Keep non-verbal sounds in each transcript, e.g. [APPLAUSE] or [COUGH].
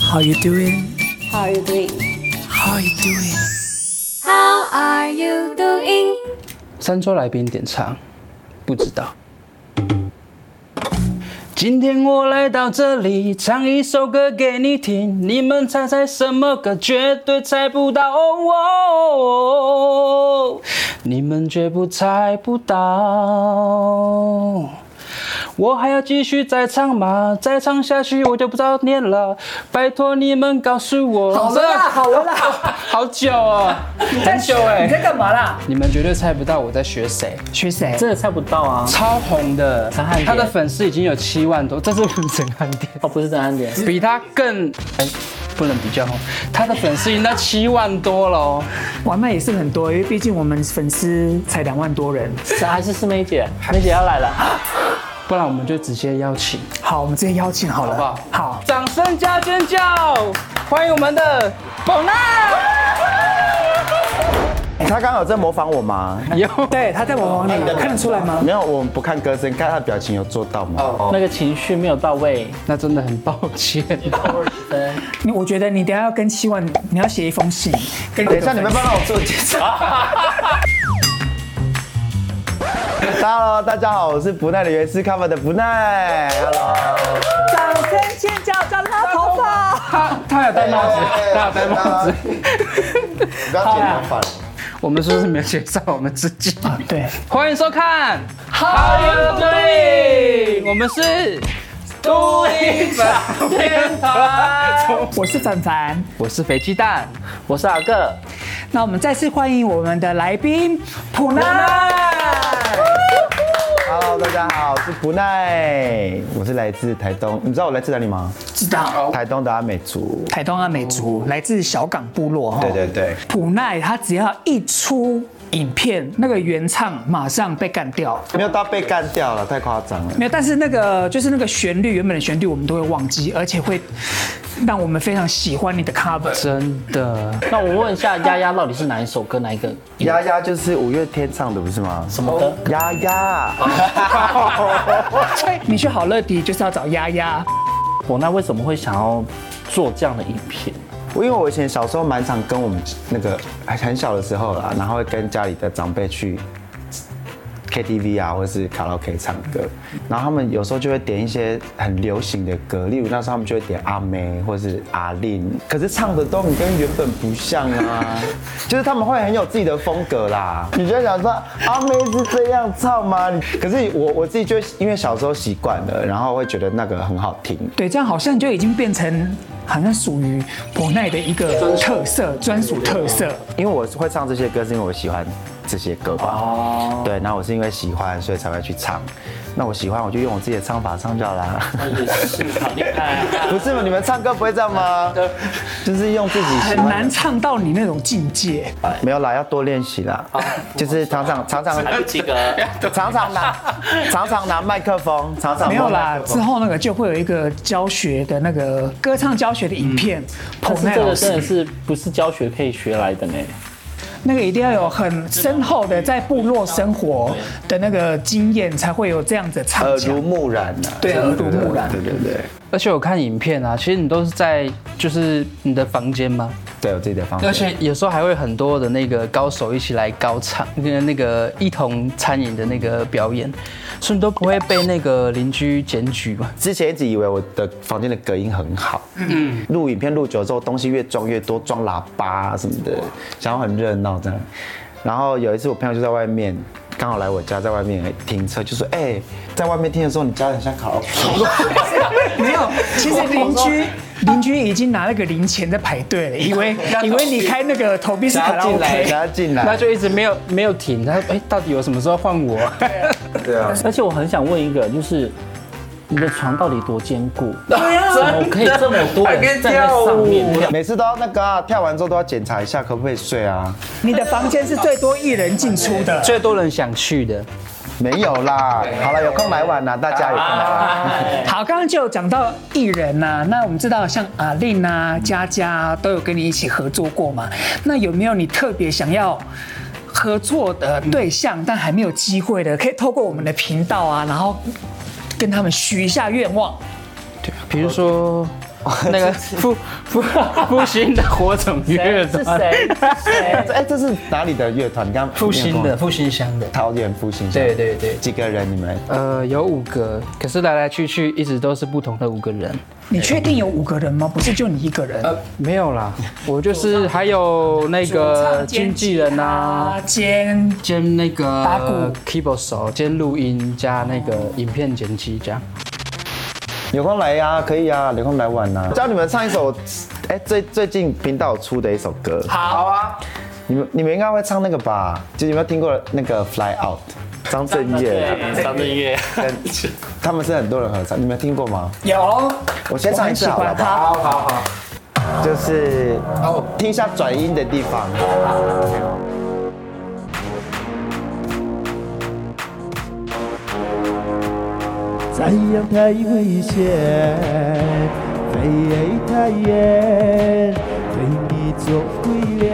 How you doing? How are you doing? How you doing? How are you doing? 三周来宾点唱，不知道。今天我来到这里，唱一首歌给你听，你们猜猜什么歌？绝对猜不到哦，你们绝不猜不到。我还要继续再唱吗？再唱下去我就不知道念了，拜托你们告诉我。好了啦，好了啦，好久哦，很久哎、你在干嘛啦？你们绝对猜不到我在学谁，学谁？真的猜不到啊！超红的陈汉典他的粉丝已经有七万多，这是不是陈汉典，哦，不是郑安典，比他更哎、不能比较红，他的粉丝已经到七万多了哦，哇，那也是很多，因为毕竟我们粉丝才两万多人。是还是是梅姐，梅姐要来了，不然我们就直接邀请，好，我们直接邀请好了，好不好？好，掌声加尖叫，欢迎我们的宝娜。哎他刚好在模仿我吗？有对，他在我往里，看得出来吗？没有，我们不看歌声，看他的表情有做到吗？那个情绪没有到位，那真的很抱歉，对，你我觉得你等一下要跟七万，你要写一封信，跟等一下，你们帮我做介绍。Hello，大家好，我是不奈的原是 cover 的不奈。Hello，掌声尖叫，叫他头发。他他有戴帽子， [LAUGHS] 他有戴帽子。不要剪头发了。我们是不是没有介绍我们自己？对，欢迎收看《好友队》，我们是都一小天团，我是凡凡。我是肥鸡蛋，我是阿个，那我们再次欢迎我们的来宾普娜。那 Hello，大家好，我是不奈，我是来自台东。你知道我来自哪里吗？知道台东的阿美族。台东阿美族来自小港部落哈。对对对，普奈他只要一出影片，那个原唱马上被干掉。没有到被干掉了，太夸张了。没有，但是那个就是那个旋律，原本的旋律我们都会忘记，而且会让我们非常喜欢你的 cover。真的那我问一下丫丫到底是哪一首歌，哪一个丫丫就是五月天唱的，不是吗？什么歌？丫丫，所哎以你去好乐迪就是要找丫丫，我那为什么会想要做这样的影片？我因为我以前小时候蛮常跟我们那个还很小的时候啦，然后会跟家里的长辈去 KTV 啊，或是卡拉 OK 唱歌，然后他们有时候就会点一些很流行的歌，例如那时候他们就会点阿妹或是阿令，可是唱的都很跟原本不像啊， [LAUGHS] 就是他们会很有自己的风格啦。你就会想说阿妹是这样唱吗？可是我我自己就因为小时候习惯了，然后会觉得那个很好听。对，这样好像就已经变成好像属于普奈的一个特色，专属特色。因为我会唱这些歌，是因为我喜欢这些歌吧。哦，对，那我是因为喜欢，所以才会去唱。那我喜欢，我就用我自己的唱法唱就好啦。好厉害！啊不是吗？你们唱歌不会这样吗？就是用自己喜很欢的难唱到你那种境界，没有啦，要多练习啦。就是常常常常还不及格， [LAUGHS] 常常拿常常拿麦克风，常常摸没有啦麦。克风之后那个就会有一个教学的那个歌唱教学的影片，普但是奈这老个真的师是不是教学可以学来的呢？那个一定要有很深厚的在部落生活的那个经验，才会有这样子的唱耳腔濡。目染呐。对耳濡目染对对对对，而且我看影片啊，其实你都是在就是你的房间吗？对我自己的方法。而且有时候还会很多的那个高手一起来高唱，跟那个一同参演的那个表演，所以你都不会被那个邻居检举嘛。之前一直以为我的房间的隔音很好，嗯，录影片录久了之后，东西越装越多，装喇叭啊什么的，想要很热闹这样。然后有一次我朋友就在外面，刚好来我家，在外面停车，就说：“哎、在外面听的时候，你家很像卡拉 OK。”我 [LAUGHS] 说没有，其实邻居邻居已经拿那个零钱在排队了，以为以为你开那个投币式卡拉进来，等 OK。下进他来。就一直没有没有停，他哎、到底有什么时候换 [LAUGHS] 我、对啊，而且我很想问一个，就是你的床到底多坚 [LAUGHS] 固？对啊，怎么可以这么多人站在上面？每次都要那个、啊、跳完之后都要检查一下可不可以睡啊？你的房间是最多一人进出的，最多人想去的，没有啦，好了，有空来玩啦，大家有空来啊玩。好，刚刚就有讲到艺人呐、那我们知道像阿令啊、佳佳、啊、都有跟你一起合作过嘛？那有没有你特别想要合作的对象，但还没有机会的，可以透过我们的频道啊，然后跟他们许一下愿望？比如说那 [LAUGHS] 个复复复兴的火种乐是团，谁？是谁？哎，这是哪里的乐团？你刚复兴的，复兴乡的，桃园复兴，对对对几个人你们？呃，有五个，可是来来去去一直都是不同的五个人。你确定有五个人吗？不是就你一个人？呃，没有 [LAUGHS] 啦，我就是还有那个经纪人呃啊，兼兼那个打鼓 keyboard 手，兼录音加那个影片剪辑这样。有空来呀、可以呀、有空来玩呐、教你们唱一首，哎、最最近频道有出的一首歌，好啊，你们你们应该会唱那个吧？就你有没有听过那个《Fly Out》？张震岳，张震岳，跟 [LAUGHS] 他们是很多人合唱，你们有听过吗？有，我先唱一次好了吧？好，就是哦，听一下转音的地方。太阳太危险，飞太远，对你做归恋。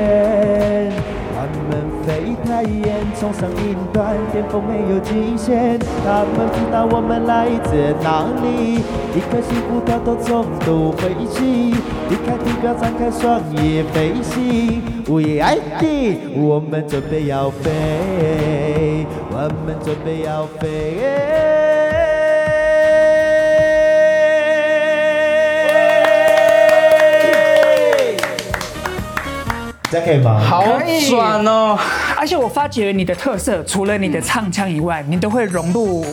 它们飞太远，冲上云端，巅峰没有极限。它们知道我们来自哪里，一颗心不跳都从头飞起，离开地表张开双翼飞行。We are the，我们准备要飞，我们准备要飞。这样可以吗？好，好以转哦！而且我发觉你的特色，除了你的唱腔以外，你都会融入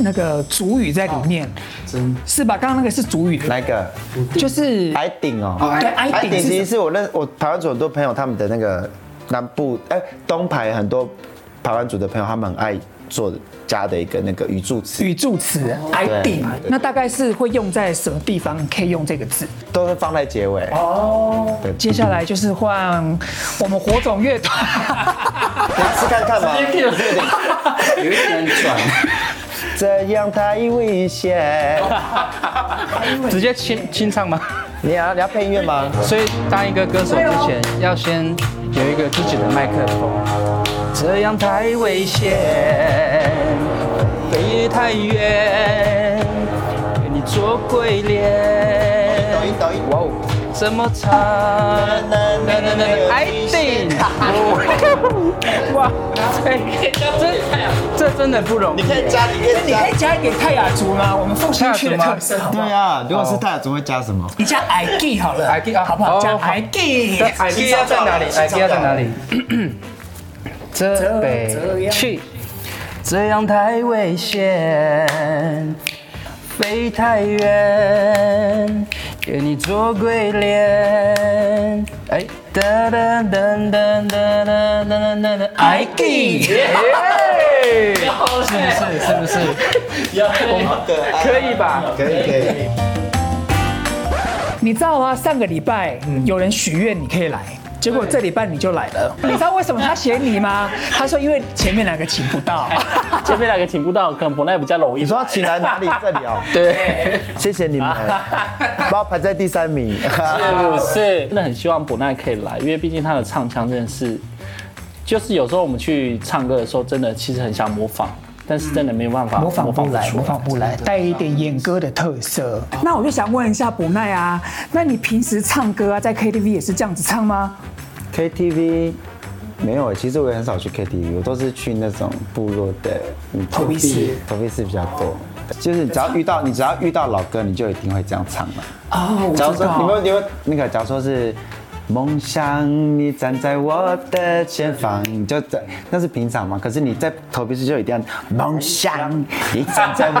那个主语在里哦面，真是吧？刚刚那个是主语，哪一个？就是矮顶哦，对矮顶是其实是我认我台湾组很多朋友他们的那个南部哎东排很多台湾组的朋友他们很爱做加的一个那个语助词，语助词 I 对 D，那大概是会用在什么地方可以用这个字？都是放在结尾哦。对，接下来就是换我们火种乐 [LAUGHS] 团，来试看看吧。有一点转，这样太危险。直接清清唱吗？你要你要配音乐吗？所以当一个歌手之前，要先有一个自己的麦克风，这样太危险，飞太远，给你做鬼脸。抖音抖音，哇哦，怎么唱？那那那，I think，哇，这这这真的不容易。你可以加一点泰雅族吗？我们复兴区的特色，好不对好？啊，如果是泰雅族会加什么？你加 I D 好了 I D 啊好不好？哦加好 I D，那 idea 哎在哪里？idea 在哪里？这北去， [COUGHS] 这样太危险，飞太远，给你做鬼脸。哎，噔噔噔噔噔噔噔噔噔噔，I D，耶是不是？是不是？ [LAUGHS] 可以吧？可以可以。你知道吗？上个礼拜有人许愿你可以来，结果这礼拜你就来了。你知道为什么他嫌你 [LAUGHS] 吗？他说因为前面两个请不到。前面两个请不到，可能本来比较容易你。说要请来哪里？这里哦。对，谢谢你们，把我排在第三名。是不是？真的很希望博奈可以来，因为毕竟他的唱腔真的是，就是有时候我们去唱歌的时候，真的其实很想模仿，但是真的没有办法 [LAUGHS] 模仿 [LAUGHS] 不来，嗯出模仿不来，带一点演歌的特色。那我就想问一下博奈啊，那你平时唱歌啊，在 KTV 也是这样子唱 [LAUGHS] 吗？ KTV 没有欸，其实我也很少去 KTV，我都是去那种部落的嗯投币式，投币式比较多。就是只要遇到你，只要遇到老歌，你就一定会这样唱了。哦，我假如知说你道。们你们那个，假如说是梦想，你站在我的前方，你就在那是平常嘛。可是你在投币式就一定要梦想，你站在我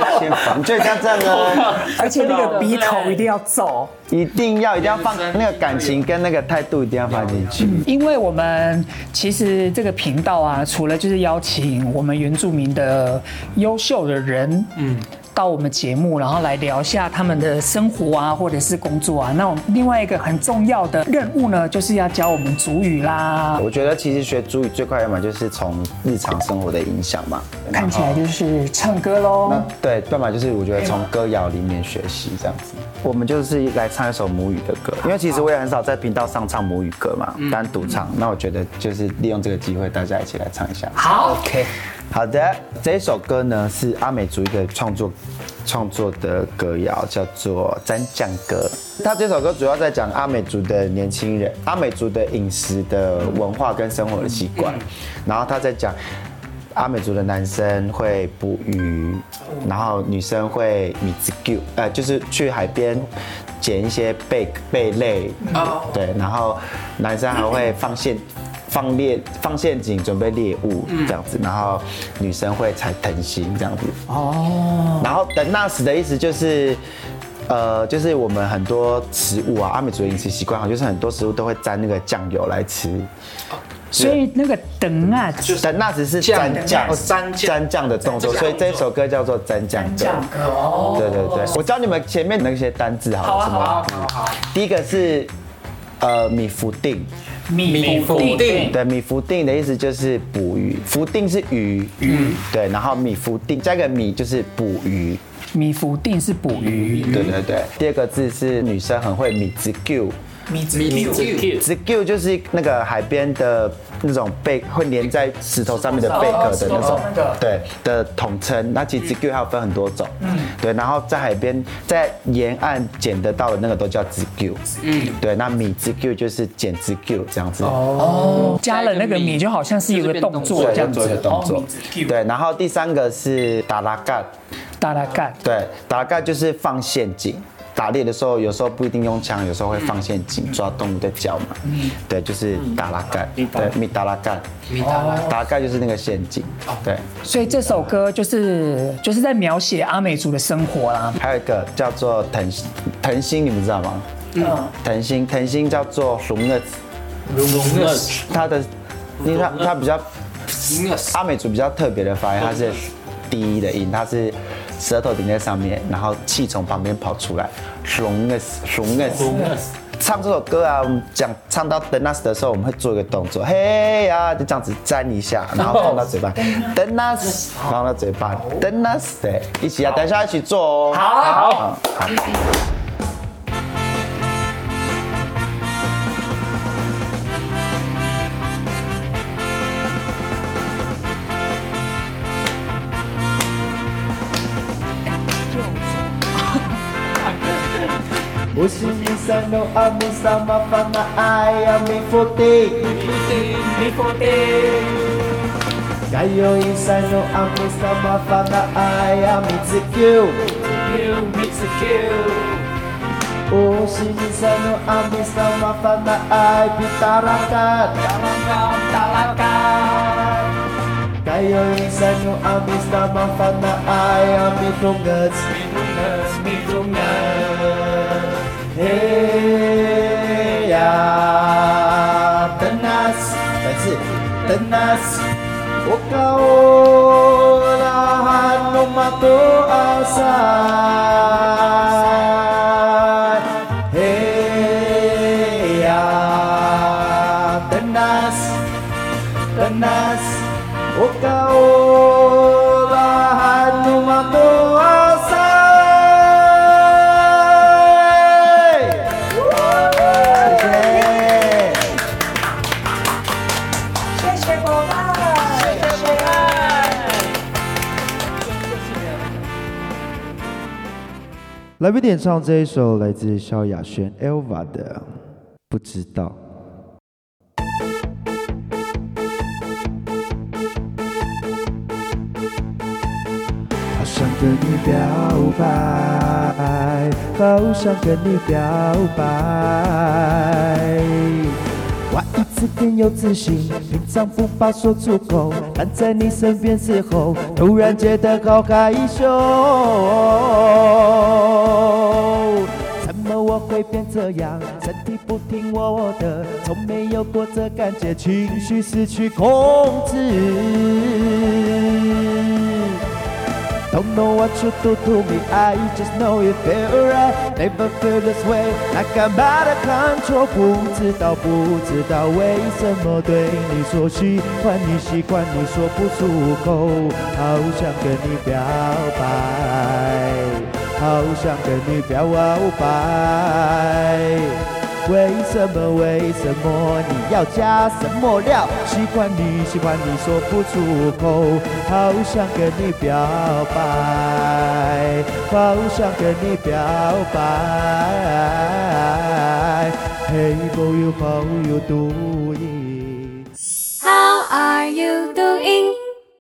的前方，你就一定要这样哦。而且那个鼻头一定要皱，一定要一定要放那个感情跟那个态度一定要放进去。因为我们其实这个频道啊，除了就是邀请我们原住民的优秀的人，嗯。到我们节目，然后来聊一下他们的生活啊，或者是工作啊。那我们另外一个很重要的任务呢，就是要教我们主语啦。我觉得其实学主语最快要么就是从日常生活的影响嘛，看起来就是唱歌喽。那对，要么就是我觉得从歌谣里面学习这样子。我们就是来唱一首母语的歌，因为其实我也很少在频道上唱母语嗯歌嘛，单独唱。那我觉得就是利用这个机会，大家一起来唱一下。好，OK。好的，这首歌呢是阿美族一个创作创作的歌谣，叫做《蘸酱歌》。他这首歌主要在讲阿美族的年轻人，阿美族的饮食的文化跟生活的习惯，然后他在讲。阿美族的男生会捕鱼，然后女生会米子 Q，呃，就是去海边捡一些贝贝类，对，然后男生还会放线。放猎放陷阱准备猎物这样子，然后女生会采藤心这样子。哦，然后等那时的意思就是，呃，就是我们很多食物啊，阿美族的饮食习惯好，就是很多食物都会沾那个酱油来吃。所以那个等啊，但那只是蘸酱，哦蘸酱蘸酱的动作，所以这首歌叫做蘸酱歌。对对对，我教你们前面那些单字好啊了，什么？第一个是呃米福定，米否定对，米福定的意思就是捕鱼，福定是鱼，鱼对，然后米福定加个米就是捕鱼，米福定是捕鱼，对对对。第二个字是女生很会米子 Q，米子 Q，子 Q 就是那个海边的那种贝，会粘在石头上面的贝壳的那种，对的统称。那其实子 Q 还有分很多种，对。然后在海边在沿岸捡得到的那个都叫子 Q，嗯，哦对。那米子 Q 就是捡子 Q 这样子，加了那个米就好像是有个动作对，这要样做一个子，哦动作。对，然后第三个是打拉干，大拉干。对，打拉干就是放陷阱。打猎的时候，有时候不一定用枪，有时候会放陷阱抓动物的脚嘛。对，就是打拉干，对，米打拉干，嗯打拉干哦就是那个陷阱。对，所以这首歌就是就是在描写阿美族的生活啦。还有一个叫做藤藤心，你们知道吗？嗯，藤心，藤心叫做龙的，它的，因为它它比较阿美族比较特别的发音，它是低的音，它是舌头顶在上面，然后气从旁边跑出来。熊的熊的唱这首歌啊，我们讲唱到 d e n a s 的时候，我们会做一个动作，嘿呀，就这样子粘一下，然后放到嘴巴 d e n a s 放到嘴巴 d e n a s 对，一起啊，等一下一起做哦。好，好，我是米三诺阿米三马法那爱呀米福地，加油米三诺阿米三马法那爱呀米子 Q，我是米三诺阿米三马法那爱比达拉卡，加油米三诺阿米三马法那爱呀米东格子。Hey ya, tenas, that's it, tenas. O kau lahan memato asa. Hey ya, tenas, tenas. O kau lahan memato asa. 来宾点唱这一首来自萧亚轩 Elva 的《不知道》。好想跟你表白，好想跟你表白。我一直更有自信，平常不怕说出口，但在你身边时候，突然觉得好害羞。怎么我会变这样？身体不听我的，从没有过这感觉，情绪失去控制。Don't know what you do to me, I just know it feel right. Never feel this way, like I'm out of control. 不知道，不知道为什么对你说喜欢你，喜欢你说不出口，好想跟你表白，好想跟你表白。为什么为什么你要加什么料？喜欢你喜欢你说不出口，好想跟你表白，好想跟你表白。Hey, boy, how you doing?